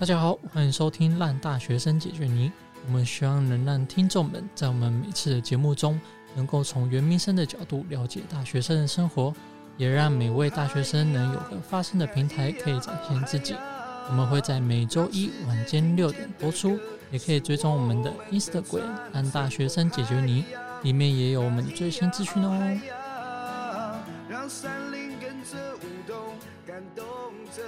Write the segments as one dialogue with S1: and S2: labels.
S1: 大家好，欢迎收听《让大学生解决你》。我们希望能让听众们在我们每次的节目中，能够从原民生的角度了解大学生的生活，也让每位大学生能有个发声的平台，可以展现自己。我们会在每周一晚间六点播出，也可以追踪我们的 Instagram“ 让大学生解决你”，里面也有我们的最新资讯哦。
S2: 让山林跟着舞动，感动着。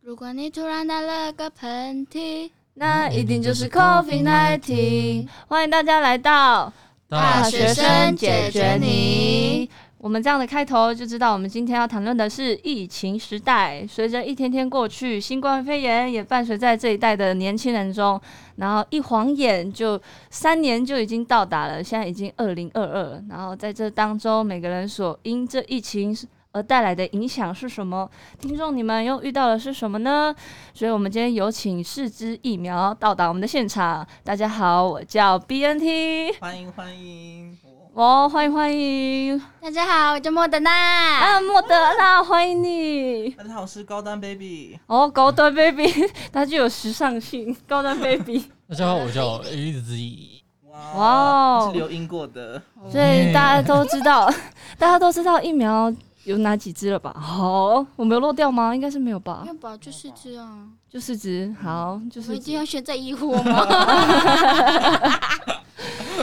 S3: 如果你突然打了个喷嚏，
S4: 那一定就是
S3: 哦
S4: COVID nineteen。欢迎大家来到
S3: 大学生解决你。
S4: 我们这样的开头就知道，我们今天要谈论的是疫情时代。随着一天天过去，新冠肺炎也伴随在这一代的年轻人中。然后一晃眼就三年就已经到达了，现在已经二零二二。然后在这当中，每个人所因这疫情而带来的影响是什么？听众你们又遇到的是什么呢？所以我们今天有请四支疫苗到达我们的现场。大家好，我叫 BNT，
S5: 欢迎欢迎，
S4: 哦，欢迎欢迎，
S3: 大家好，我叫莫德纳。
S4: 啊，莫德拉，欢迎你。
S5: 大家好，我是高端 baby。
S4: 哦，高端 baby，它 具有时尚性，高端 baby。
S1: 大家好，我叫 E AZ。
S4: 哇
S5: 哇
S4: 哦
S5: 是留英过的，
S4: 所以大家都知道， 大家都知道疫苗有哪几支了吧？好，我没有漏掉吗？应该是没有吧？
S3: 面包就是这样，
S4: 就四支，好，就
S3: 我
S4: 是
S3: 们一定要学在医护吗？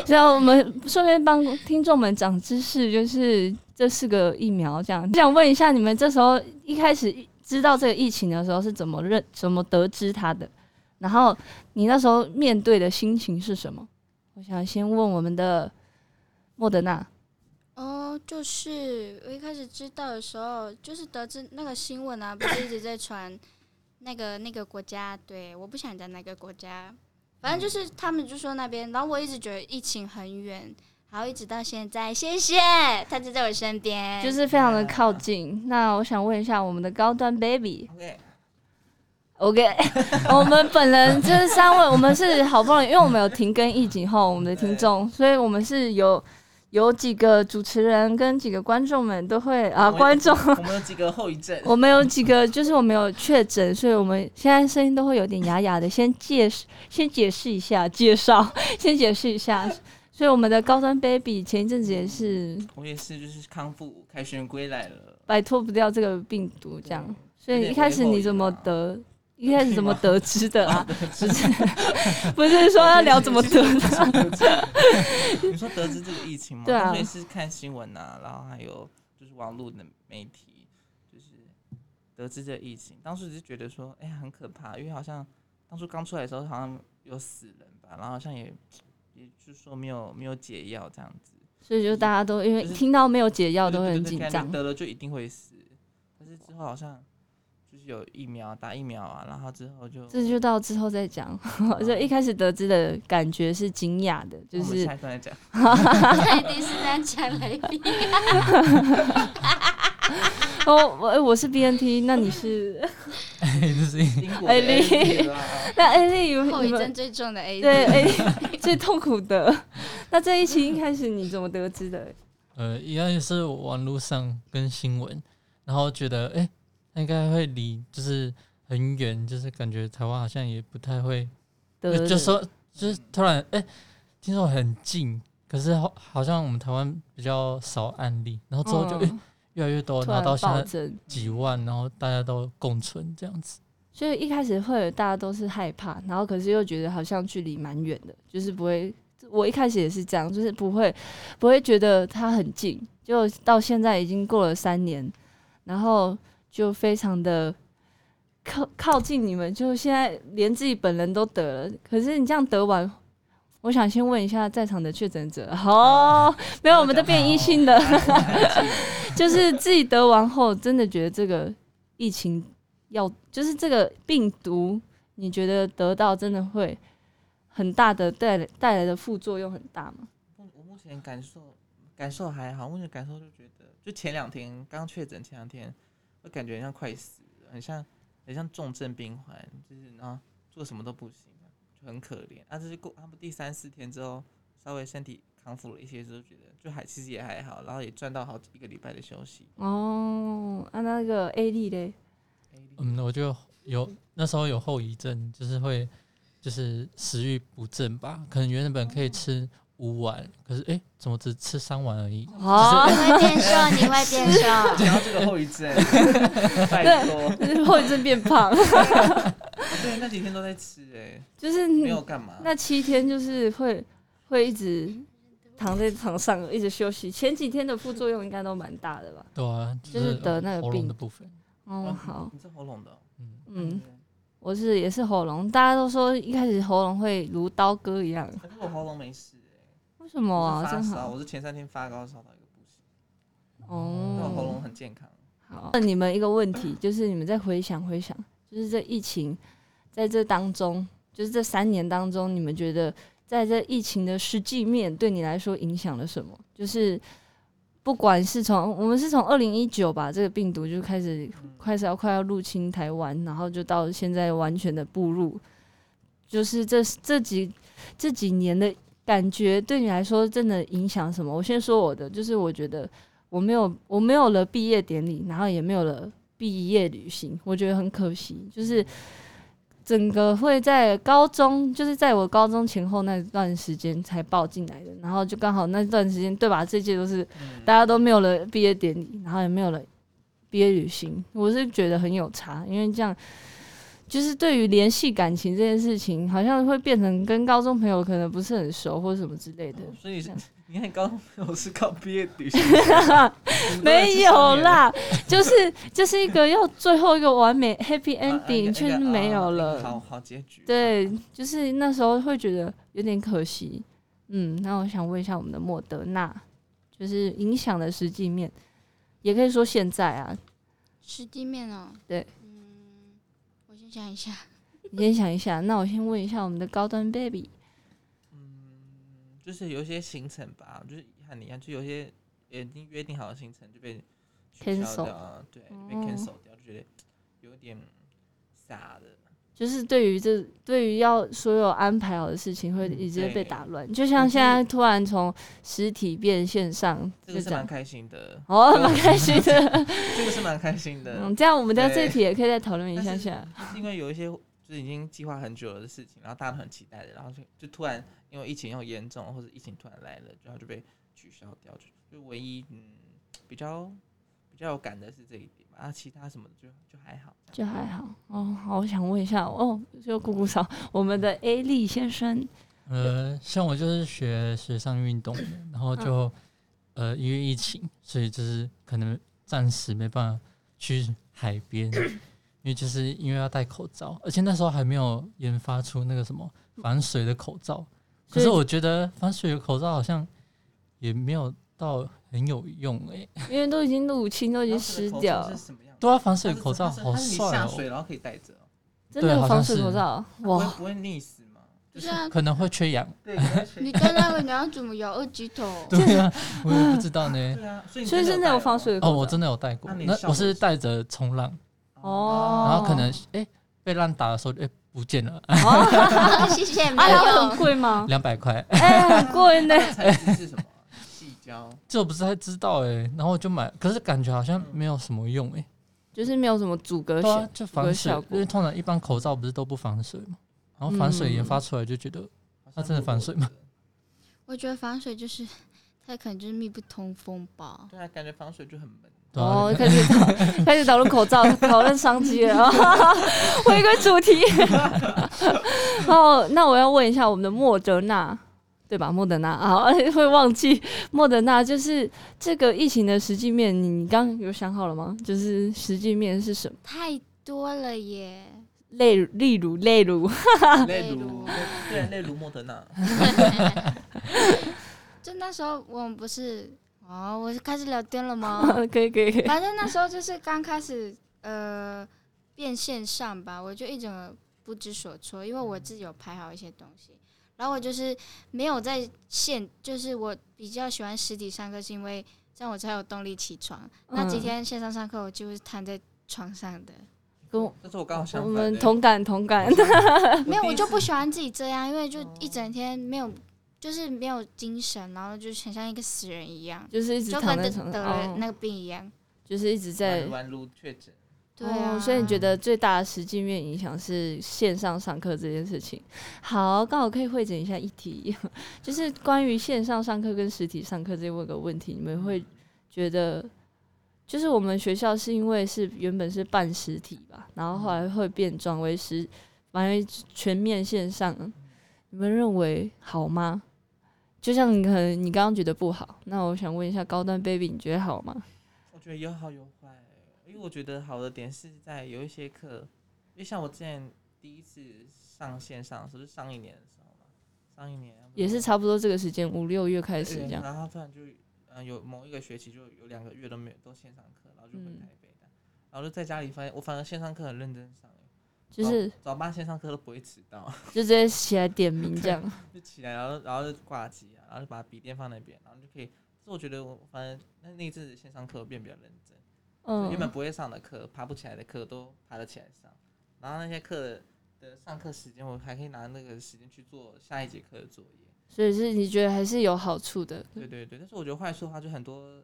S4: 然后我们顺便帮听众们长知识，就是这四个疫苗这样。想问一下，你们这时候一开始知道这个疫情的时候是怎么认、怎么得知它的？然后你那时候面对的心情是什么？我想先问我们的莫德纳。
S3: 哦，就是我一开始知道的时候，就是得知那个新闻啊，不是一直在传那个那个国家，对，我不想在那个国家，反正就是他们就说那边，然后我一直觉得疫情很远，然后一直到现在，谢 谢他就在我身边，
S4: 就是非常的靠近。那我想问一下我们的高端 baby。
S5: OK，
S4: OK，我 们本人就是三位，我们是好不容易，因为我们有停更疫情后，我们的听众，所以我们是有有几个主持人跟几个观众们都会啊，
S5: 我们
S4: 观众，
S5: 我们有几个后遗 症，
S4: 我们有几个就是我们有确诊，所以我们现在声音都会有点哑哑的，先介释先解释一下，介绍先解释一下。所以我们的高端 baby 前一阵子也是
S5: 我也是，就是康复凯旋归来 了。
S4: 摆脱不掉这个病毒，这样。所以一开始你怎么得？一
S5: 微后遗啊
S4: 开始怎么得知的 啊？不是，不是说要聊怎么得的？
S5: 你说得知这个疫情吗？
S4: 对啊
S5: 我也是看新闻呐、然后还有就是网络的媒体，就是得知这个疫情，当时只是觉得说，哎、呀很可怕，因为好像当初刚出来的时候好像有死人吧，然后好像也也就是说没有没有解药这样子。
S4: 所以就大家都因为
S5: 就是
S4: 听到没有解药都会
S5: 对
S4: 很
S5: 对对
S4: 紧
S5: 感觉
S4: 张。
S5: 得了就一定会死。但是之后好像就是有疫苗，打疫苗啊，然后之后就
S4: 这就到之后再讲。
S5: 啊
S4: 所以一开始得知的感觉是惊讶的，就
S5: 我们
S4: 是
S5: 下一段再讲。
S3: 他一定是这样讲 来宾。
S4: 哦，我我是 BNT，那你是
S1: AZ，
S5: 英国的啊
S4: 哎你
S5: AZ 啦
S4: 那 A 丽有
S3: 后
S4: 你
S3: 遗
S4: 们
S3: 症最重的 A
S4: 对 A 最痛苦的。 那这一期一开始你怎么得知的？
S1: 呃，一样也是网络上跟新闻，然后觉得哎、诶它应该会离就是很远，就是感觉台湾好像也不太会，
S4: 得
S1: 呃
S4: 的
S1: 就说就是突然哎、诶听说很近，可是好好像我们台湾比较少案例，然后之后就、诶
S4: 嗯
S1: 越来越多，
S4: 突
S1: 然后
S4: 然
S1: 到现
S4: 暴
S1: 在
S4: 增。
S1: 几万，然后大家都共存这样子。
S4: 所以一开始会有大家都是害怕，然后可是又觉得好像距离蛮远的，就是不会。我一开始也是这样，就是不会不会觉得它很近，就到现在已经过了三年，然后就非常的靠靠近你们，就现在连自己本人都得了。可是你这样得完，我想先问一下在场的确诊者，哦，没有，我们都变阴性的。就是自己得完后，真的觉得这个疫情要，就是这个病毒，你觉得得到真的会很大的带来带来的副作用很大吗？
S5: 我我目前感受感受还好，目前感受就觉得，就前两天刚确诊，前两天我感觉很像快死了，很像很像重症病患，就是然后做什么都不行，啊就很可怜。啊，就是过他们第三四天之后，稍微身体康复了一些之后，觉得就还其实也还好，然后也赚到好一个礼拜的休息。
S4: 哦，啊，那个 A 丽嘞，
S5: 哎
S1: 嗯，我就有那时候有后遗症，就是会就是食欲不振吧，可能原本可以吃五碗，可是哎、诶怎么只吃三碗而已？
S4: 哦
S3: 你，会变瘦，你会变瘦。
S5: 讲到这个后 遗症，拜
S4: 对
S5: 托，
S4: 后遗症变胖，
S5: 对，那几天都在吃哎、
S4: 就是
S5: 没有干嘛。哦
S4: 那七天就是会会一直躺在床上一直休息，前几天的副作用应该都蛮大的吧？
S1: 对啊，
S4: 就是是得那个
S1: 喉咙
S4: 病
S1: 的部分，
S4: 哦，
S5: 哦
S4: 好，
S5: 你是喉咙的哦、
S1: 嗯，
S4: 嗯，我是也是喉咙，大家都说一开始喉咙会如刀割一样，
S5: 可是我喉咙没事哎、
S4: 为什么
S5: 我
S4: 啊？
S5: 是
S4: 真
S5: 发烧，
S4: 好
S5: 我是前三天发高烧到一个不行，但我喉
S4: 哦。
S5: 咙很健康。
S4: 好，问你们一个问题，就是你们再回想回想，就是这疫情在这当中，就是这三年当中，你们觉得在这疫情的实际面对你来说影响了什么？就是不管是从我们是从二零一九吧，这个病毒就开始快是要快要入侵台湾，然后就到现在完全的步入，就是这这几这几年的感觉，对你来说真的影响什么？我先说我的，就是我觉得我没有我没有了毕业典礼，然后也没有了毕业旅行，我觉得很可惜，就是。整个会在高中，就是在我高中前后那段时间才报进来的，然后就刚好那段时间，对吧？这届都是
S5: 嗯
S4: 大家都没有了毕业典礼，然后也没有了毕业旅行，我是觉得很有差，因为这样就是对于联系感情这件事情，好像会变成跟高中朋友可能不是很熟或什么之类的。
S5: 所以
S4: 这样
S5: 你看高中朋友是靠毕业旅行，
S4: 没有，
S5: 啊
S4: 啦，就是就是一个要最后一个完美 happy
S5: 啊
S4: ending，却是没有
S5: 啊一个好
S4: 了。
S5: 好结局。，
S4: 对，就是那时候会觉得有点可惜。嗯，那我想问一下我们的莫德纳，就是影响的实际面，也可以说现在啊，
S3: 实际面哦，
S4: 对，
S3: 嗯，我先想一下，
S4: 你先想一下，那我先问一下我们的高端 baby，
S5: 嗯，就是有一些行程吧，就是和你一样，就有一些已经约定好的行程就被取消
S4: Cancel
S5: 掉啊，对，被
S4: 哦
S5: cancel 掉，就觉得有点傻的。
S4: 就是对于这对于要所有安排好的事情会
S5: 嗯
S4: 直接被
S5: 对
S4: 打乱，就像现在突然从实体变线上，
S5: 这
S4: 就
S5: 个是
S4: 这
S5: 蛮
S4: 样。
S5: 开心的，
S4: 哦，蛮开心的。
S5: 这个是蛮开心的。
S4: 嗯，这样我们在这
S5: 对
S4: 一题也可以再讨论一
S5: 但
S4: 下
S5: 是
S4: 下。
S5: 就是因为有一些就是已经计划很久的事情，然后大家都很期待的，然后就就突然因为疫情又严重，或者疫情突然来了，然后就被取消掉，就就唯一嗯比较比较有感的是这一点吧，啊，其他什么的就就还好。
S4: 就还好哦。好，我想问一下哦，就姑姑嫂，我们的 A 利先生，
S1: 呃，像我就是学水上运动的，然后就、
S4: 嗯
S1: 呃因为疫情，所以就是可能暂时没办法去海 边，因为就是因为要戴口罩，而且那时候还没有研发出那个什么防水的口罩。可
S4: 所以
S1: 是我觉得防水的口罩好像也没有到很有用诶、
S4: 因为都已经入侵，都已经
S5: 然后这个
S4: 湿
S5: 口罩
S4: 掉了
S5: 是，什么样？
S1: 对啊，防水
S5: 它
S1: 的
S5: 是
S1: 口罩
S5: 它是
S1: 好
S5: 它是你
S1: 帅
S5: 下
S1: 哦、
S5: 水然后可以戴着哦，
S4: 真的
S1: 对
S4: 有
S1: 好
S4: 防
S1: 像
S4: 水口
S1: 是
S4: 罩
S5: 不会
S4: 哇！啊
S5: 不会溺死吗？
S3: 不是啊，
S1: 可能会缺 氧。
S5: 对，不会水
S3: 你戴那个你要怎么摇二级 头？
S1: 对啊，我也不知道 呢。
S5: 对啊，所以
S4: 所以真的有防水
S5: 水
S4: 的口
S1: 哦，
S4: 罩，
S1: 我真的有戴过，
S5: 那你
S1: 那我
S5: 效果
S1: 是
S5: 是
S1: 戴着冲浪。
S4: 哦
S1: 然后可能哎、诶被浪打的时候，哎、不见了，
S4: 哦，
S3: 谢谢，
S4: 啊，
S3: 没
S4: 它很
S3: 有。
S4: 贵 吗？
S1: 两百块，
S4: 哎，很贵呢。
S5: 材质是什么啊？细胶。
S1: 这我不是太知道哎、然后我就买，可是感觉好像没有什么用哎、
S4: 就是没有什么阻隔
S1: 对啊
S4: 性，，
S1: 就
S4: 有
S1: 防水
S4: 效，果
S1: 因为通常一般口罩不是都不防水嘛，然后防
S4: 嗯
S1: 水研发出来就觉得，那真的防水吗？
S3: 我觉得防水就是它可能就是密不通风吧。
S5: 对啊，感觉防水就很闷。
S1: 对啊
S4: 哦，开始讨开始讨论口罩，讨论商机了， 回归主题。 哦，那我要问一下我们的莫德纳，对吧？莫德纳啊， 会忘记莫德纳，就是这个疫情的实际面，你刚刚有想好了吗？就是实际面是什么？
S3: 太多了耶，
S4: 例如，例如，例如，
S5: 例
S3: 例
S5: 如
S3: 如，
S5: 对啊，例如莫德纳，
S3: 就那时候我们不是哦，我开始聊天了吗？
S4: 可以，可以，可 以。
S3: 反正那时候就是刚开始呃变线上吧，我就一整个不知所措，因为我自己有排好一些东西，然后我就是没有在线，就是我比较喜欢实体上课，是因为这样我才有动力起床。那几
S4: 嗯
S3: 天线上上课，我几乎是瘫在床上 的。
S4: 跟 我
S5: 但是我刚好相
S4: 我
S5: 反欸。
S4: 们同感，同感。
S3: 没有，
S5: 第一
S3: 我就
S5: 次
S3: 不喜欢自己这样，因为就一整天没有，就是没有精神，然后就是很像一个死人一样，
S4: 就是一直
S3: 就
S4: 躺
S3: 跟
S4: 在
S3: 得
S4: 床
S3: 得
S4: 上，
S3: 了
S4: 哦
S3: 那个病一样。
S4: 就是一直在
S5: 玩玩撸确诊，
S3: 对啊，
S4: 哦所以你觉得最大的实际面影响是线上上课这件事情？好，刚好可以汇整一下议题， 就是关于线上上课跟实体上课这问个问题，你们会觉得，就是我们学校是因为是原本是半实体吧，然后后来会变转为实，反正全面线上，你们认为好吗？就像你可能你刚刚觉得不好，那我想问一下高端 baby，你觉得好吗？
S5: 我觉得有好有坏，因为我觉得好的点是在有一些课，因为像我之前第一次上线上的时候，就是上一年的时候嘛，上一年
S4: 也是
S5: 差
S4: 差不多这个时间五六月开始这样。
S5: 然后突然就呃有某一个学期就有两个月都没有都线上课，然后就回
S4: 嗯
S5: 台北的，然后就在家里发现我反而线上课很认真上，欸
S4: 就是
S5: 早早八线上课都不会迟到，
S4: 就直接起来点名这样。
S5: 就起来然后然后就挂机啊，然后就把笔电放那边，然后就可以。所以我觉得我反正那那一阵子线上课变比较认真。就原本
S4: 嗯，
S5: 不会上的课、爬不起来的课都爬得起来上，然后那些课的的上课时间，我还可以拿那个时间去做下一节课的作业。
S4: 所以是你觉得还是有好处的。
S5: 对对对，但是我觉得坏处的话，就很多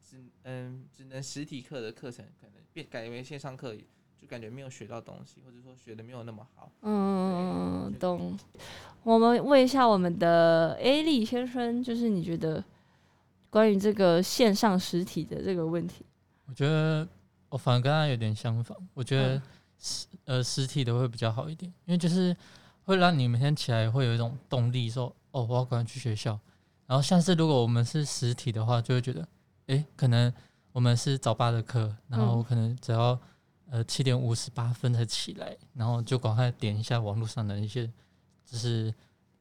S5: 只嗯只能实体课的课程，可能变改为线上课，就感觉没有学到东西，或者说学的没有那么好。
S4: 嗯，懂。我们问一下我们的 A 利先生，就是你觉得关于这个线上实体的这个问题，
S1: 我觉得我反而跟他有点相反，我觉得
S4: 嗯
S1: 实、呃实体的会比较好一点，因为就是会让你每天起来会有一种动力说哦我要赶快去学校。然后下次如果我们是实体的话，就会觉得诶，可能我们是早八的课，然后
S4: 嗯
S1: 我可能只要呃七点五十八分才起来，然后就赶快点一下网络上的一些就是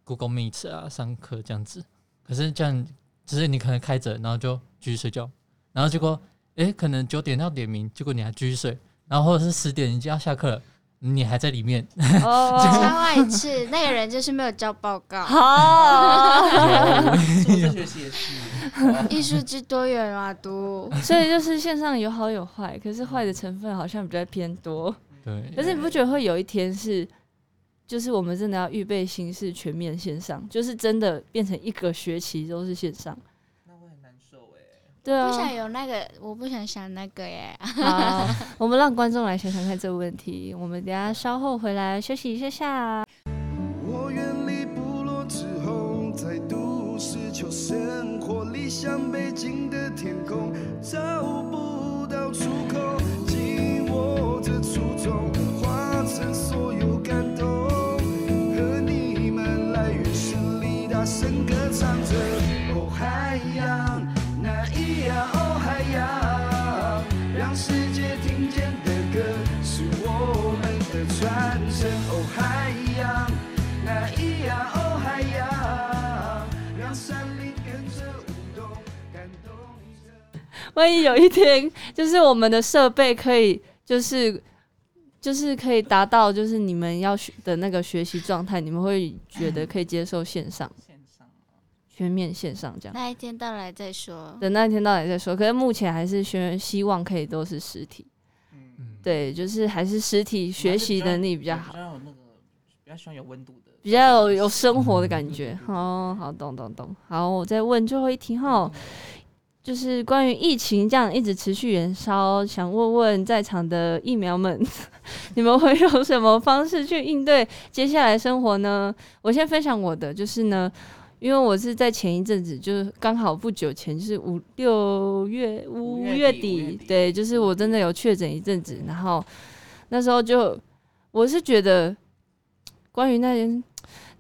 S1: Google Meet 啊上课这样子。可是这样，只是你可能开着，然后就继续睡觉，然后结果诶，可能九点要点名，结果你还继续睡，然后或者是十点已经要下课了，你还在里面。
S4: 哦，
S3: 超爱吃，那个人就是没有交报告。
S4: 好，
S5: 是我这学期也是，哦
S3: 艺术之多元啊，读
S4: 所以就是线上有好有坏，可是坏的成分好像比较偏多。
S3: 嗯
S1: 对，
S4: 可是你不觉得会有一天是，就是我们真的要预备心是全面线上，就是真的变成一个学期都是线上？
S5: 那会很难受哎。
S4: 对啊，
S3: 不想有那个，我不想想那个耶。
S4: 好，我们让观众来想想看这个问题。我们等
S5: 啊
S4: 一下稍后回来休息一下下。
S2: 我远离部落之后，在都市求生活，理想北京的天空找不到出口，紧握着初衷，化成所有感动，和你们来雨声里大声歌唱着，哦海洋，那咿呀哦海洋，让世界听见的歌是我们的传承，哦海洋。那咿呀哦嗨呀，让山林跟着舞动，感动着。
S4: 万一有一天，就是我们的设备可以，就是就是可以达到，就是你们要学的那个学习状态，你们会觉得可以接受线上
S5: 线上啊
S4: 全面线上这样。
S3: 那一天到来再说。
S4: 等那一天到来再说。可是目前还是学希望可以都是实体，
S5: 嗯，
S1: 嗯，
S4: 对，就是还是实体学习能力比较好
S5: 比。较有那个比较喜欢有温度的，
S4: 比较有有生活的感觉。
S5: 嗯
S4: 哦，好，懂懂懂。好，我再问最后一题哈，就是关于疫情这样一直持续燃烧，想问问在场的疫苗们， 你们会用什么方式去应对接下来生活呢？我先分享我的，就是呢。因为我是在前一阵子，就是刚好不久前，就是五六月五
S5: 五月
S4: 月
S5: 底
S4: 底，
S5: 五月底
S4: 对，就是我真的有确诊一阵子，然后那时候就我是觉得关于那些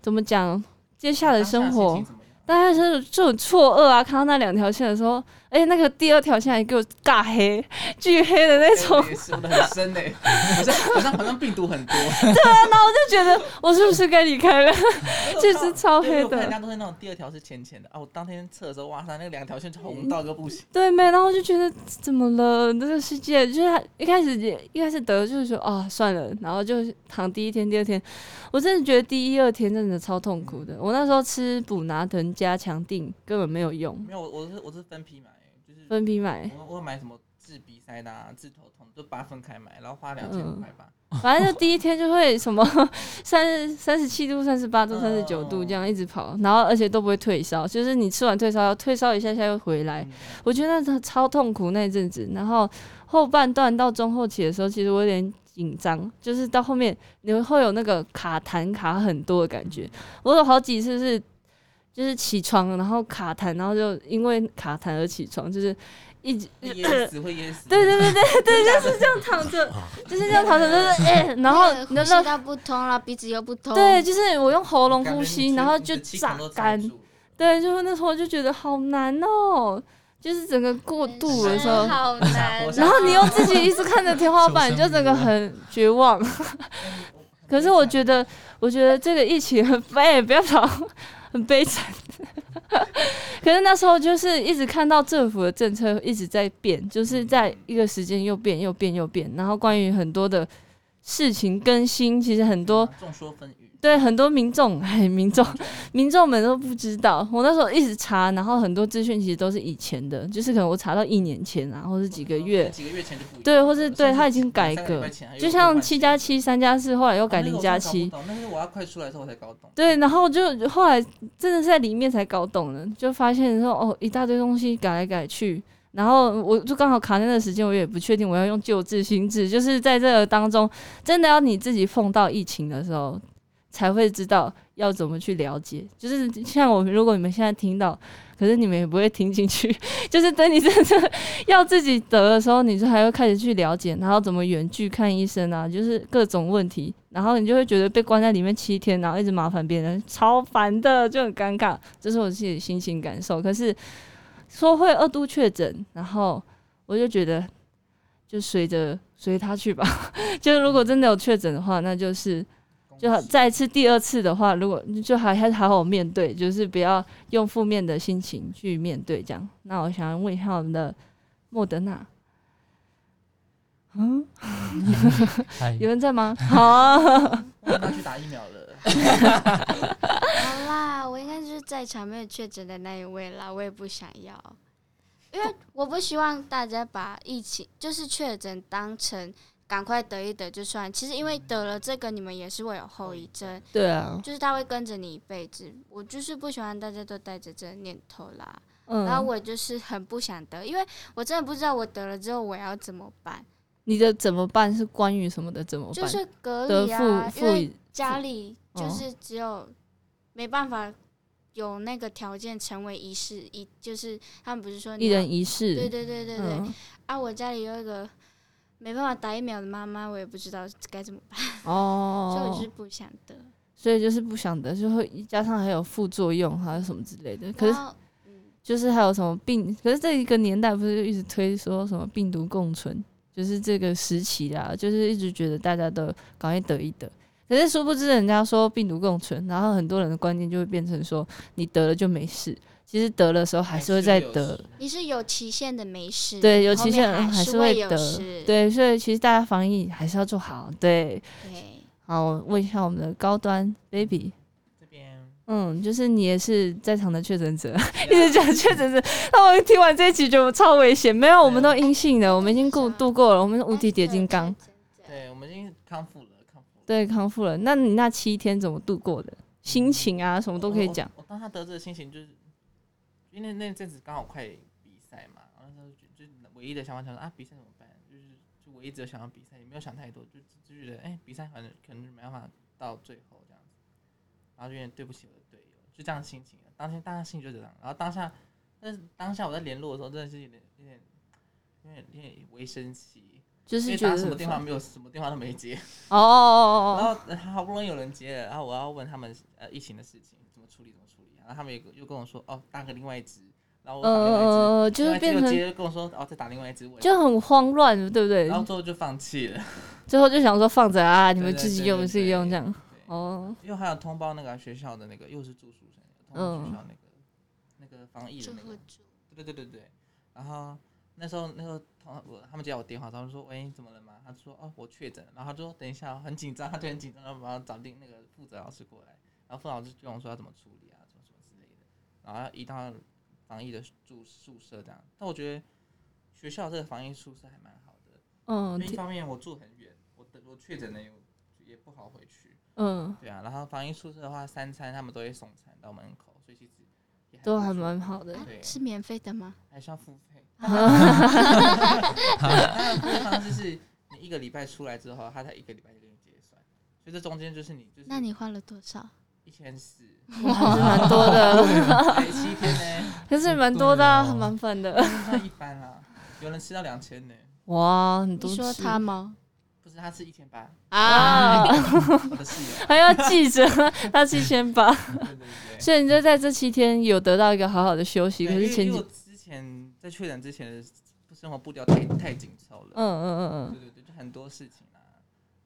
S4: 怎么讲接下来的生活， 大家是就很错愕啊！看到那两条线的时候，哎、那个第二条线还给我尬黑， 巨黑的那种，
S5: 也说的很深呢、 好像好像好像病毒很多，
S4: 就觉得我是不是该离开了？ 这是超黑的
S5: 因为我看人家都是那种第二条是浅浅的啊，我当天测的时候，哇塞，那两条线就红到个不行。
S4: 对没？然后就觉得怎么了？这个世界就是一开始也一开始得就是说啊算了，然后就躺第一天、第二天，我真的觉得第一、二天真的超痛苦的。我那时候吃补拿疼加强定根本没有用，
S5: 没有，我我是我是分批买，就是
S4: 分批买，
S5: 我我买什么治鼻塞的、啊、治头痛，就把它分开买，然后花两千
S4: 嗯
S5: 块吧。
S4: 反正就第一天就会什么 三三十七度、三十八度、
S5: 嗯
S4: 三十九度这样一直跑，然后而且都不会退烧，就是你吃完退烧药，退烧一下下又回来。
S5: 嗯
S4: 我觉得那超痛苦那一阵子，然后后半段到中后期的时候，其实我有点紧张，就是到后面你会有那个卡痰卡很多的感觉。我有好几次是就是起床然后卡痰，然后就因为卡痰而起床，就是一直
S5: 会噎死，会噎 死。
S4: 对对对
S5: 对，
S4: 躺着，就是这样躺着，就是哎、然后
S3: 那个
S4: 那
S3: 呼
S4: 那
S3: 吸道不通了，鼻子又不通，
S4: 对，，就是我用喉咙
S5: 哦感觉
S4: 呼
S5: 你
S4: 吸，
S5: 全
S4: 然后
S5: 你
S4: 就
S5: 的气孔
S4: 榨
S5: 都塞
S4: 干。
S5: 住了
S4: 对，就是那时候我就觉得好难哦，就是整个过度的时候，
S3: 好
S5: 难
S3: 难啊
S5: 哦。
S4: 然后你又自己一直看着天花板，
S1: 受
S4: 就
S1: 伤
S4: 整个
S1: 了
S4: 很绝望。可是我觉得，我觉得这个疫情很悲，不要吵，很悲惨。可是那时候就是一直看到政府的政策一直在变，就是在一个时间又变又变又变，然后关于很多的事情更新，其实很多
S5: 众说纷纭，
S4: 对很多民众，哎，民众 民众们都不知道。我那时候一直查，然后很多资讯其实都是以前的，就是可能我查到一年前啊，或是几个月，
S5: 几个月前就不一样
S4: 对，或是对
S5: 甚至
S4: 他已经改
S5: 两三个礼
S4: 革
S5: 拜，前还有
S4: 就
S5: 一个
S4: 像
S5: 换
S4: 七
S5: 新
S4: 加
S5: 的
S4: 七、三加四，后来又改零加七。，
S5: 那是我要快出来的时候我才搞懂。
S4: 对，然后就后来真的是在里面才搞懂的，就发现说哦，一大堆东西改来改去，然后我就刚好卡在那个时间，我也不确定我要用旧制新制，就是在这个当中，真的要你自己碰到疫情的时候，才会知道要怎么去了解。就是像我们，如果你们现在听到，可是你们也不会听进去， 就是等你真的 要自己得的时候，你就还会开始去了解，然后怎么远距看医生啊，就是各种问题，然后你就会觉得被关在里面七天，啊然后一直麻烦别人，超烦的，就很尴尬。这是我自己的心情感受。可是说会二度确诊，然后我就觉得就随着随他去吧。 就是如果真的有确诊的话，那就是就好再一次第二次的话，如果就还还好好面对，就是不要用负面的心情去面对这样。那我想问一下我们的莫德纳，嗯，
S1: 嗨，
S4: 有人在吗？好。
S5: 我要去打疫苗了，
S3: 好啦，我应该就是在场没有确诊的那一位啦，我也不想要，因为我不希望大家把疫情就是确诊当成赶快得一得就算。其实因为得了这个，你们也是会有后遗症，
S4: 对啊，
S3: 就是它会跟着你一辈子。我就是不喜欢大家都带着这个念头啦，
S4: 嗯，
S3: 然后我就是很不想得，因为我真的不知道我得了之后我要怎么办，
S4: 你的怎么办是关于什么的怎么办？
S3: 就是隔
S4: 的
S3: 离啊，
S4: 父
S3: 因为
S4: 父
S3: 家里就
S4: 哦
S3: 是只有没办法有那个条件成为一室一，就是他们不是说你
S4: 一
S3: 要
S4: 人一室，
S3: 对对对对对、
S4: 嗯
S3: 啊！我家里有一个没办法打疫苗的妈妈，我也不知道该怎么办， 所以我
S4: 哦
S3: 就是，不想得。
S4: 所以就是不想得，就会加上还有副作用，还有什么之类的。可
S3: 然
S4: 是
S3: 后嗯，
S4: 就是还有什么病，可是这一个年代不是就一直推说什么病毒共存，就是这个时期啦，就是一直觉得大家都赶快得一得。可是殊不知，人家说病毒共存，然后很多人的观念就会变成说，你得了就没事。其实得的时候 还是会再得，
S3: 你是有期限的，没事。
S4: 对，有
S3: 后
S4: 期
S3: 面
S4: 限
S3: 还
S4: 是
S3: 会
S4: 会
S3: 有
S4: 得
S3: 事，
S4: 对，所以其实大家防疫还是要做好。对，
S3: 对，
S4: 好，我问一下我们的高端 baby，
S5: 这边
S4: 嗯，就是你也是在场的确诊者，一
S5: 啊
S4: 直讲确诊者，那我听完这一集觉得我超危险，没有，我们
S5: 啊
S4: 都阴性的，我们已经过度过了，我们无敌铁金刚，
S5: 对，我们已经康复了，康复了。
S4: 对，康复了。那你那七天怎么度过的？
S5: 嗯
S4: 心情啊，什么都可以讲。
S5: 我。我我当他得知的心情就是，因为那阵子刚好快比赛嘛，然后那时候就就唯一的想法想说啊，比赛怎么办？就是就唯一只有想到比赛，也没有想太多，就就就觉得哎、比赛好像可能没办法到最后这样子，然后就有点对不起我的队友，就这样心情。啊当天当下心情就这样，然后当下，但是当下我在联络的时候，真的是有点有点有点有点微生气，
S4: 就
S5: 因
S4: 是
S5: 为
S4: 觉
S5: 打
S4: 得
S5: 什么
S4: 很
S5: 电话
S4: 烦
S5: 没有，什么电话都没接。
S4: 哦哦哦哦，
S5: 然后呃好不容易有人接了，然后我要问他们呃疫情的事情怎么处理怎么处理，然后他们也又跟我说哦打个另外一支，然后我打另外一支，
S4: 呃，就是
S5: 另外一支
S4: 变
S5: 又
S4: 成
S5: 接着跟我说哦再打另外一支，我也
S4: 就很慌乱，对不对
S5: 然？后最后就放弃了。
S4: 最后就想说放着啊，你
S5: 对
S4: 们
S5: 对
S4: 自己
S5: 对
S4: 用
S5: 对
S4: 自己
S5: 对
S4: 用这样。
S5: 对，
S4: 哦，
S5: 因为还有通报那个学校的那个又是住宿生，通
S4: 嗯
S5: 报学校那个那个防疫的
S3: 祝
S5: 那
S3: 福
S5: 个，
S3: 主。
S5: 对对对对对。然后那时候那时候同我他们接到我电话，他们说喂你怎么了嘛？他说哦我确诊了，然后他说哦等一下很紧张，他就很紧张，然后马上找另那个负责老师过来，然后副老师就跟我说要怎么处理啊，什么什么之类的，然后移到防疫的住宿舍这样。但我觉得学校这个防疫宿舍还蛮好的，
S4: 嗯，
S5: 因为一
S4: 挺
S5: 方面我住很远，我的我确诊了也也不好回去，
S4: 嗯，
S5: 对啊，然后防疫宿舍的话，三餐他们都会送餐到门口，所以其实也
S4: 都
S5: 不
S4: 还
S5: 错
S4: 蛮好的。
S3: 啊
S5: 对
S3: 是免费的吗？
S5: 还是要付费。还有地方就是你一个礼拜出来之后，他才一个礼拜就给你结算，所以这中间就是你就是
S3: 那你花了多少？
S5: 一千四，
S4: 还是蛮多的，
S5: 才七天呢，
S4: 可是蛮多的啊，
S1: 对哦
S4: 还
S5: 嗯
S4: 蛮粉的。
S5: 那一般啦，有人吃到两千呢，
S4: 哇，很多
S3: 你说
S4: 次
S3: 他吗？
S5: 不是他吃一千八，
S3: 啊，
S5: 我的室友，
S4: 还要记着 他七千八，
S5: 对对对。
S4: 所以你就在这七天有得到一个好好的休息。可
S5: 对因为
S4: 是前
S5: 因为
S4: 几
S5: 我，之前在确诊之前的生活步调太太紧凑了，
S4: 嗯嗯嗯
S5: 对对对，就很多事情啊，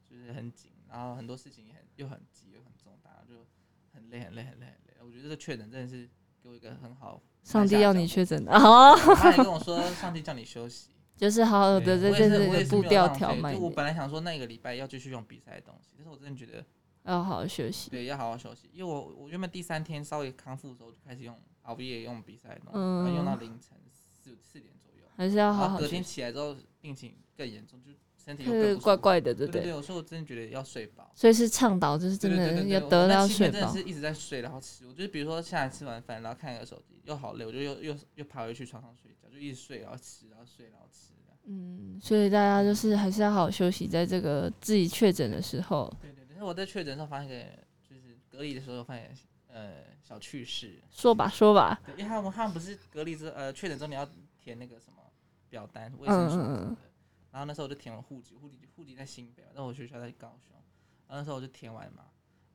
S5: 就是很紧，然后很多事情也很又很急又很重大，就很累很累很累很累。我觉得这个确诊真的是给我一个很好，
S4: 嗯，上帝要你
S5: 去，
S4: 确诊的哦，
S5: 他还跟我说上帝叫你休息，
S4: 就是好好的
S5: 我
S4: 在
S5: 也
S4: 这
S5: 是
S4: 这
S5: 我也
S4: 个
S5: 是
S4: 步
S5: 没有
S4: 调
S5: 浪
S4: 调
S5: 费
S4: 慢
S5: 就
S4: 一
S5: 我
S4: 点，
S5: 本来想说那个礼拜要继续用比赛的东西，但是我真的觉得
S4: 要好好休息。
S5: 对要好好休息，因为我我原本第三天稍微康复的时候就开始用熬夜用比赛的东西，然后用到凌晨四四点左右。
S4: 还是要嗯好好
S5: 然后啊隔
S4: 休
S5: 天
S4: 息，
S5: 起来之后，病情更严重，就身体又更
S4: 是
S5: 不舒
S4: 怪
S5: 服
S4: 怪的，对
S5: 对
S4: 不
S5: 对
S4: 对？
S5: 有时候我真的觉得要睡饱，
S4: 所以是倡导，就是真
S5: 对对
S4: 的
S5: 对对
S4: 要
S5: 对
S4: 得
S5: 我那
S4: 到
S5: 七
S4: 睡
S5: 天真的
S4: 饱
S5: 是。一直在睡，然后吃。我就是比如说现在吃完饭，然后看个手机，又好累，我就又又又爬回去床上睡觉，就一直睡，然后吃，然后睡，然后吃。这样
S4: 嗯，所以大家就是还是要好好休息，在这个自己确诊的时候，
S5: 对对对，但是我在确诊上发现一个，就是隔离的时候发现呃小趣事，
S4: 说吧说吧，
S5: 对，因为他们他们不是隔离之呃确诊之后你要填那个什么表单，卫
S4: 嗯
S5: 生
S4: 嗯
S5: 署什
S4: 嗯
S5: 么的。然后那时候我就填了户籍，户籍户籍在新北嘛，但我学校在高雄。然后那时候我就填完嘛，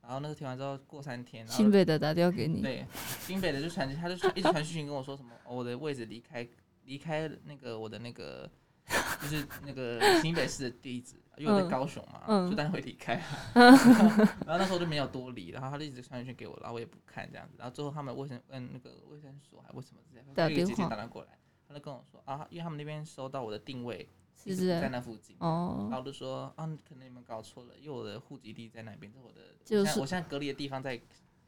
S5: 然后那个填完之后过三天，然后
S4: 新北的打电话给你，
S5: 对新北的就传，他就传一直传讯息跟我说什么、哦我的位置离开离开那个我的那个就是那个新北市的地址，因为我在
S4: 嗯
S5: 高雄嘛，
S4: 嗯
S5: 就当然会离开、啊。然 后然后那时候就没有多理，然后他就一直传讯息给我，然后我也不看这样子。然后最后他们卫生嗯那个卫生所还为什么之类的，
S4: 打
S5: 就有一个
S4: 电
S5: 姐姐
S4: 话
S5: 打电话过来，他就跟我说啊，因为他们那边收到我的定位
S4: 是不
S5: 一直不在
S4: 是？
S5: 那附近。然后
S4: 哦，
S5: 我就说啊，可能你们搞错了，因为我的户籍地在那边，这是我的，
S4: 就
S5: 我现在
S4: 是嗯
S5: 我现在隔离的地方在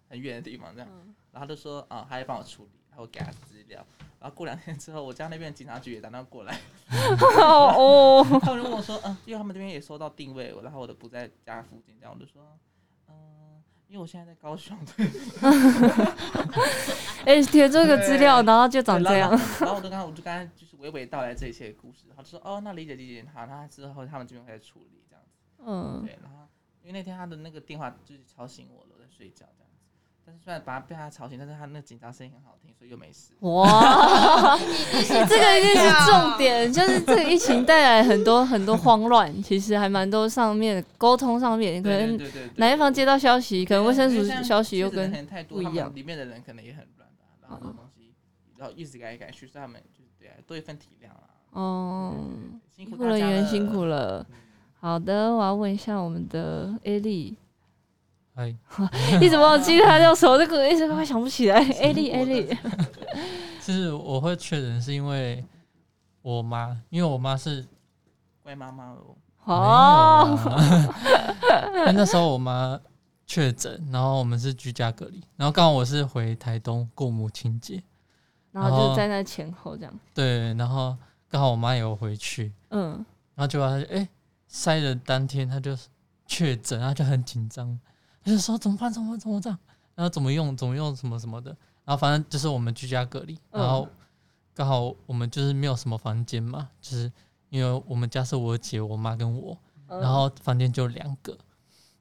S5: 很远的地方这样。然后他就说啊，他会帮我处理，然后我给他资料。然后过两天之后，我家那边的警察局也打电话 过来，
S4: 哦哦，
S5: 他们就问我说，嗯、因为他们这边也收到定位，然后我的不在家附近，这样我就说，嗯、因为我现在在高雄，对，
S4: 哎，填这个资料，然后就长这
S5: 然后
S4: 样，
S5: 然后我就刚我就刚才就是娓娓道来这一切故事，然后就说哦，那理解理解，好，那之后他们这边会来处理这样子。
S4: 嗯，
S5: 对，然后因为那天他的那个电话就是吵醒我了，我在睡觉这样子。但是虽然把他被他吵醒，但是他那警察声音很好听，所以又没事。
S4: 哇， 这个一定是 重点，就是这个疫情带来很多很多慌乱，其实还蛮多上面沟通上面，可
S5: 对
S4: 能
S5: 对对对对，
S4: 哪一方接到消息，可能卫生
S5: 因
S4: 署
S5: 为现在
S4: 消息又
S5: 确诊的
S4: 跟
S5: 可能太多
S4: 不一
S5: 他们
S4: 样
S5: 里面的人可能也很乱吧，然后这东西，然后一直改来改去，所以他们就是对啊，多一份体谅啦。
S4: 哦，
S5: 辛
S4: 医
S5: 苦
S4: 护
S5: 大
S4: 人
S5: 家
S4: 员辛
S5: 了
S4: 苦了。
S5: 嗯
S4: 好的，我要问一下我们的 A 丽，
S1: 哎，
S4: 一直忘记她叫什么，这个一直快想不起 来。A 丽
S5: 我
S4: ，A
S5: 的
S4: 丽，
S1: 其实我会确诊是因为我妈，因为我妈是
S5: 乖妈妈哦，
S4: 哦，
S1: 因为那时候我妈确诊，然后我们是居家隔离，然后刚好我是回台东过母亲节，
S4: 然后就是在那前后这样，
S1: 对，然后刚好我妈也有回去，
S4: 嗯，
S1: 然后结果她就哎、塞的当天她就确诊，她就很紧张，她就说怎么办？怎么办怎么这样？然后怎么用？怎么用？什么什么的？然后反正就是我们居家隔离，
S4: 嗯
S1: 然后刚好我们就是没有什么房间嘛，就是因为我们家是我姐、我妈跟我，
S4: 嗯
S1: 然后房间就两个，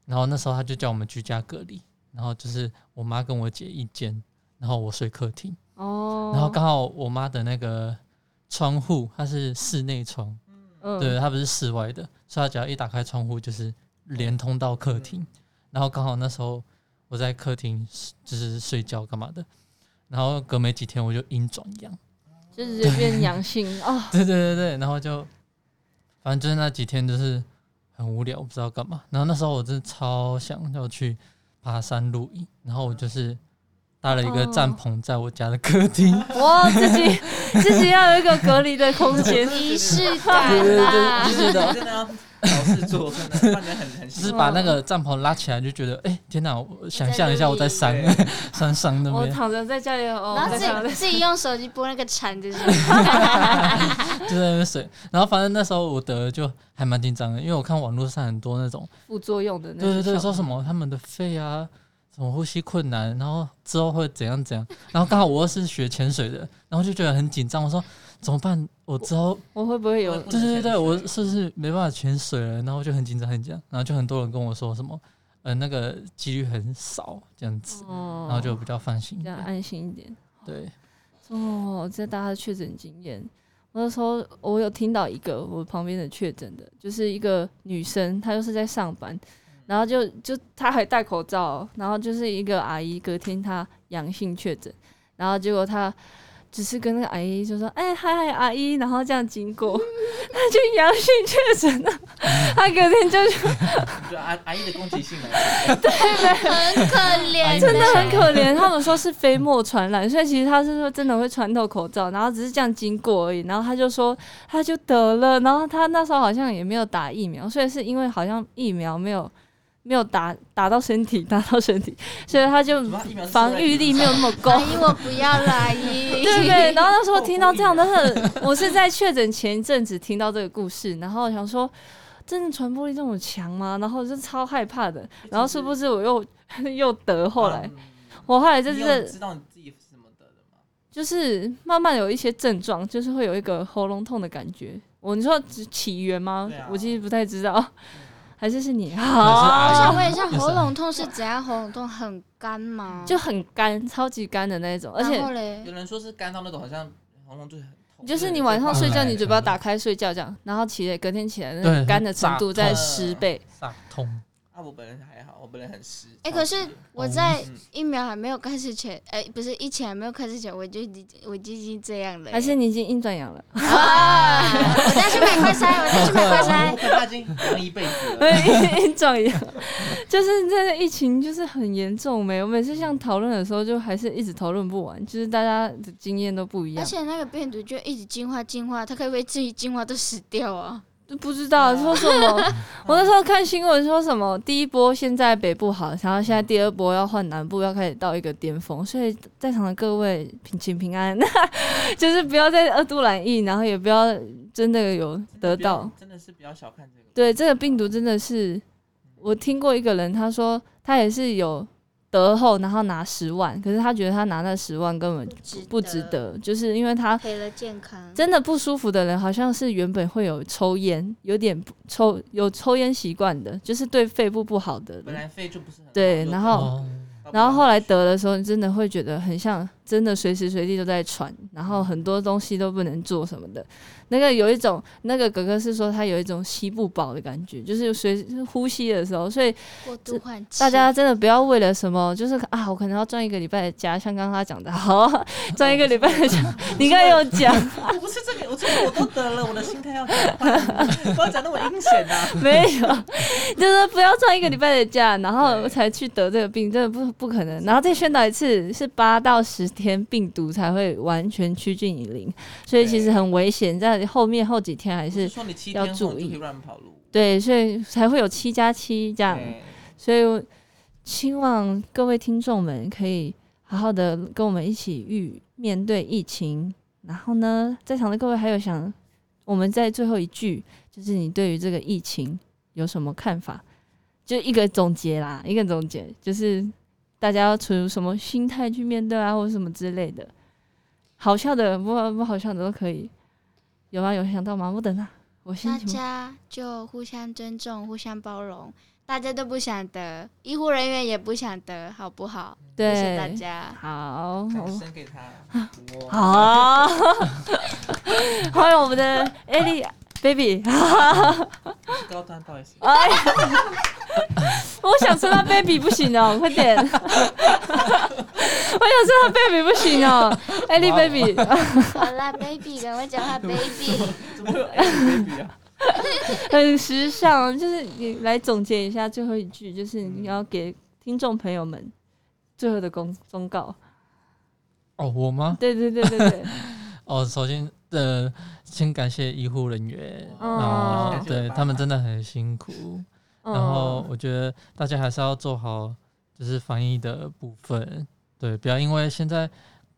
S1: 然后那时候他就叫我们居家隔离，然后就是我妈跟我姐一间，然后我睡客厅，
S4: 哦，
S1: 然后刚好我妈的那个窗户它是室内窗，
S4: 嗯
S1: 对，它不是室外的，所以她只要一打开窗户就是连通到客厅，
S4: 嗯
S1: 然后刚好那时候我在客厅就是睡觉干嘛的，然后隔没几天我就阴转阳，
S4: 就直接变阳性 哦，
S1: 对对对对，然后就反正就是那几天就是很无聊，不知道干嘛。然后那时候我真的超想要去爬山露营，然后我就是搭了一个帐篷在我家的客厅，
S4: 哇，自 己自己要有一个隔离的空间，
S3: 仪式
S1: 对
S3: 感
S1: 对
S3: 啦
S1: 对，就，觉得
S5: 真的要找事做，真的，不然很很
S1: 就
S5: 辛
S1: 是
S5: 苦。
S1: 把那个帐篷拉起来，就觉得哎、天哪！我想象一下我在山
S5: 对
S1: 山上那
S4: 欸我
S1: 边，
S4: 躺着在家里，哦，
S3: 然后
S4: 在家
S3: 自
S4: 里
S3: 己自己用手机拨那个铲子，
S1: 就在那边睡。然后反正那时候我得了就还蛮紧张的，因为我看网络上很多那种
S4: 副作用的那
S1: 对对
S4: 种
S1: 对，说什么他们的肺啊，什么呼吸困难，然后之后会怎样怎样，然后刚好我又是学潜水的，然后就觉得很紧张，我说怎么办？我之后
S4: 我会不会有
S5: 我不
S1: 对
S5: 能
S1: 对对
S5: 潜
S1: 对，
S5: 水
S1: 我是不是没办法潜水了？然后就很紧张很紧张，然后就很多人跟我说什么，呃，那个几率很少这样子，
S4: 哦
S1: 然后就比较放心一
S4: 这样
S1: 点。
S4: 安心一点。
S1: 对，
S4: 哦，这大家的确诊经验。我那时候我有听到一个我旁边的确诊的，就是一个女生，她就是在上班，然后就就她还戴口罩，然后就是一个阿姨隔天她阳性确诊，然后结果她只是跟那个阿姨就说：“哎、嗨嗨，阿姨。”然后这样经过， 她就阳性确诊了，她隔天就
S5: 就阿阿姨的攻击性来
S3: 很可怜，
S1: 真
S4: 真的很可怜。他们说是飞沫传染，所以其实他是说真的会穿透口罩，然后只是这样经过而已。然后他就说他就得了，然后他那时候好像也没有打疫苗，所以是因为好像疫苗没有没有打打到身体，打到身体，所以他就
S5: 主要疫苗是
S4: 防御力没有那么够
S3: 阿。姨，我不要了，阿姨。
S4: 对 不对？然后那时候听到这样，但是我是在确诊前一阵子听到这个故事，然后我想说，真的传播力这么强吗？然后我就超害怕的。然后殊不知我又又得，后来，我后来就
S5: 你
S4: 是
S5: 有知道你自己是怎么得的吗？
S4: 就是慢慢有一些症状，就是会有一个喉咙痛的感觉。我你说只起源吗？
S5: 对啊
S4: 我其实不太知道，还是是你
S1: 阿
S4: 好
S1: 姨
S3: 我想问一下，喉咙痛是怎样？喉咙痛很干吗？
S4: 就很干，超级干的那一种，而且
S3: 然后嘞
S5: 有，人说是干到那种好像喉咙就很痛，
S4: 就是你晚上
S1: 对
S4: 睡觉，
S1: 对
S4: 你嘴巴打开睡觉这样，然后起来隔天起来那
S1: 对
S4: 个干的程度在
S5: 很
S4: 十倍，
S1: 上痛，
S5: 啊，我本人还好，我本人很湿。
S3: 哎，可是我在
S5: 嗯
S3: 疫苗还没有开始前，哎，不是疫情还没有开始前，我就已经我就已经这样了耶。
S4: 还是你已经硬转阳了？
S3: 啊！我再去买快筛，我再去买快
S5: 我
S3: 筛。
S5: 可怕已经忙一辈子了。
S4: 硬转阳， 就是这个疫情就是很严重没？我每次像讨论的时候，就还是一直讨论不完，就是大家的经验都不一
S3: 而
S4: 样。
S3: 且那个病毒就一直进化进化，它可以为自己进化都死掉啊！
S4: 不知道说什么。 我那时候看新闻说什么，第一波现在北部好，然后现在第二波要换南部，要开始到一个巅峰。所以在场的各位平请平安， 就是不要再二度染疫，然后也不要真的有 得到。
S5: 真的是比较小看这个。
S4: 对，这个病毒真的是，我听过一个人他说他也是有得后，然后拿十万，可是他觉得他拿那十万根本不值，得，就是因为他
S3: 赔了健康。
S4: 真的不舒服的人，好像是原本会有抽烟，有点不抽有抽烟习惯的，就是对肺部不好的
S5: 本
S4: 人。
S5: 来肺就不是很好
S4: 对然
S5: 又得
S4: 后
S1: 哦，
S5: 到
S4: 然后后来
S5: 不了
S4: 得的时候，你真的会觉得很像，真的随时随地都在喘，然后很多东西都不能做什么的。那个有一种，那个哥哥是说他有一种吸不饱的感觉，就是随呼吸的时候，所以
S3: 过度换气，
S4: 大家真的不要为了什么，就是啊，我可能要赚一个礼拜的假，像刚刚他讲的，好 赚一个礼拜的假，你刚才有讲，
S5: 我不是这个，我这个我都得了，我的心态要转换，不要讲那么阴险啊 呐。
S4: 没有，就是不要赚一个礼拜的
S5: 嗯
S4: 假，然后才去得这个病，真的不不可能。然后再宣导一次，是八到十天病毒才会完全趋近于零，所以其实很危险。在后面后几天还
S5: 不是
S4: 是
S5: 说你七
S4: 要
S5: 天后
S4: 注
S5: 你就
S4: 意
S5: 可以乱跑路。
S4: 对，啊所以才会有七加七这样。
S5: 对
S4: 所以我希望各位听众们可以好好的跟我们一起遇面对疫情。然后呢，在场的各位还有想，我们在最后一句就是你对于这个疫情有什么看法？就一个总结啦，一个总结就是大家要处于什么心态去面对啊，或者什么之类的。好笑的不不好笑的都可以，有吗？有想到吗？不等啊，我
S3: 大
S4: 先请
S3: 家就互相尊重，互相包容，大家都不想得，医护人员也不想得，好不好？
S4: 对
S3: 谢谢大家。
S4: 好，
S5: 掌
S4: 我
S5: 声给他。哇
S4: 好， 欢迎我们的艾莉 baby。
S5: 是高端，不好意思。
S4: 哎， 我想说他 baby 不行哦，快点！我 想说他 baby 不行哦，艾莉 baby。
S3: 好啦，baby，赶快讲话，baby。
S5: 怎么会有 Angry baby 啊？
S4: 很时尚，就是你来总结一下最后一句，就是你要给听众朋友们最后的公忠告。
S1: 哦，我吗？
S4: 对对对对对，
S1: 哦，首先，呃，先感谢医护人员，
S4: 哦
S1: 然
S5: 感
S1: 后
S5: 谢
S1: 对
S5: 爸爸
S1: 他们真的很辛苦，
S4: 嗯
S1: 然后我觉得大家还是要做好就是防疫的部分，对，不要因为现在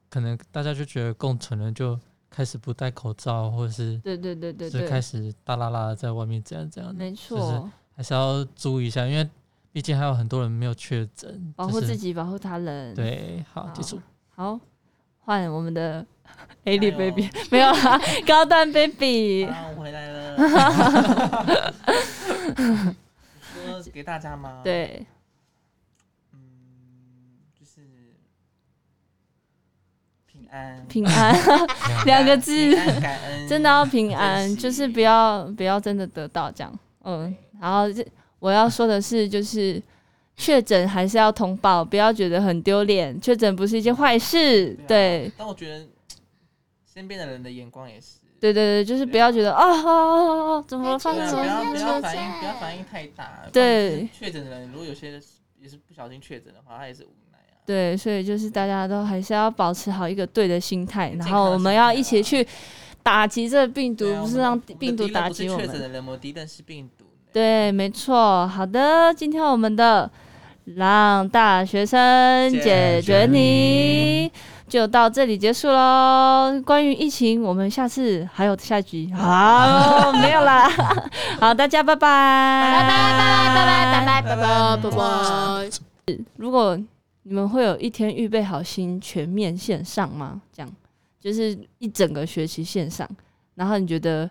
S1: 可能大家就觉得共存了，就开始不戴口罩，或者是
S4: 对对对对
S1: 就开
S4: 对，
S1: 始大啦啦在外面怎样怎样的，
S4: 没
S1: 就是
S4: 错，
S1: 还是要注意一下，因为毕竟还有很多人没有确诊，
S4: 保护
S1: 就是
S4: 哦自己，保护他人。，
S1: 对，好，
S4: 好
S1: 结束。
S4: 好，换我们的 a l i
S5: 加油
S4: baby，没有 啦，高端 baby。
S5: 啊，我回来 了。你说给大家吗？，
S4: 对，
S5: 嗯，就是平安，
S4: 平安
S5: 安
S4: 两个字
S5: 平安感恩，
S4: 真的啊要平安
S5: 珍，惜
S4: 就是不要不要真的得到这样。嗯，然后这我要说的是，就是确诊还是要通报，不要觉得很丢脸，确诊不是一件坏事。对，
S5: 啊但我觉得身边的人的眼光也是，
S4: 对对对，就是不要觉得啊啊啊啊啊，怎么
S5: 对
S4: 放
S5: 啊，
S3: 放
S5: 不
S3: 松
S5: 要
S3: 放
S5: 不要
S3: 松
S5: 反应
S3: 下
S5: 不要反应太大。
S4: 对
S5: 不然就是确诊的人，如果有些人是也是不小心确诊的话，他也是无奈啊。
S4: 对，所以就是大家都还是要保持好一个对的心态，然
S5: 康
S4: 后
S5: 的
S4: 我们
S5: 心
S4: 要
S5: 态
S4: 一起
S5: 啦
S4: 去打击这病毒
S5: 对，啊
S4: 不
S5: 我
S4: 是
S5: 们
S4: 让
S5: 我们的
S4: 病毒
S5: 敌人
S4: 打
S5: 不是
S4: 击我
S5: 确诊
S4: 们。
S5: 的人，我们敌人是病毒呢。
S4: 对，没错。好的，今天我们的让大学生
S5: 解
S4: 解决
S1: 决
S4: 你就到这里结束喽。关于疫情，我们下次还有下集。好，没有啦。 好，大家拜拜，拜
S3: 拜拜拜拜拜拜拜
S5: 拜
S3: 拜
S5: 拜
S3: 拜。
S4: 如果你们会有一天预备好心全面线上吗？这样就是一整个学期线上，然后你觉得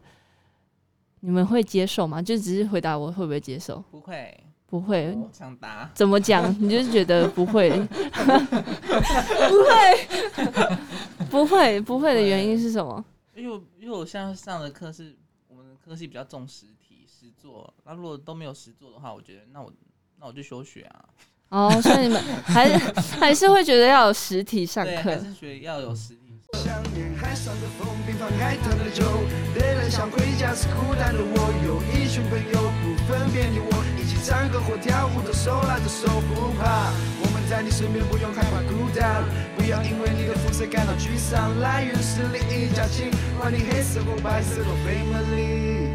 S4: 你们会接受吗？就只是回答我会不会接受？
S5: 不会，
S4: 不会。
S5: 我抢答。
S4: 怎么 讲？你就是觉得不会，不会，不会，不会的原因是什么？
S5: 因为我因为我现在上的课是我们的科系比较重实体实作，那如果都没有实作的话，我觉得那我那我就休学啊。
S4: 哦，所以你们还是还是会觉得要有实体上
S5: 对，
S4: 课
S5: 还。是学要有实体。
S2: 想念海上的风，冰房海滩的酒，累了想回家是孤单的我。有一群朋友不分辨你我，一起唱歌或跳舞的手拉着手不怕。我们在你身边不用害怕孤单，不要因为你的肤色感到沮丧。来源是另一家亲，管你黑色或白色都 family。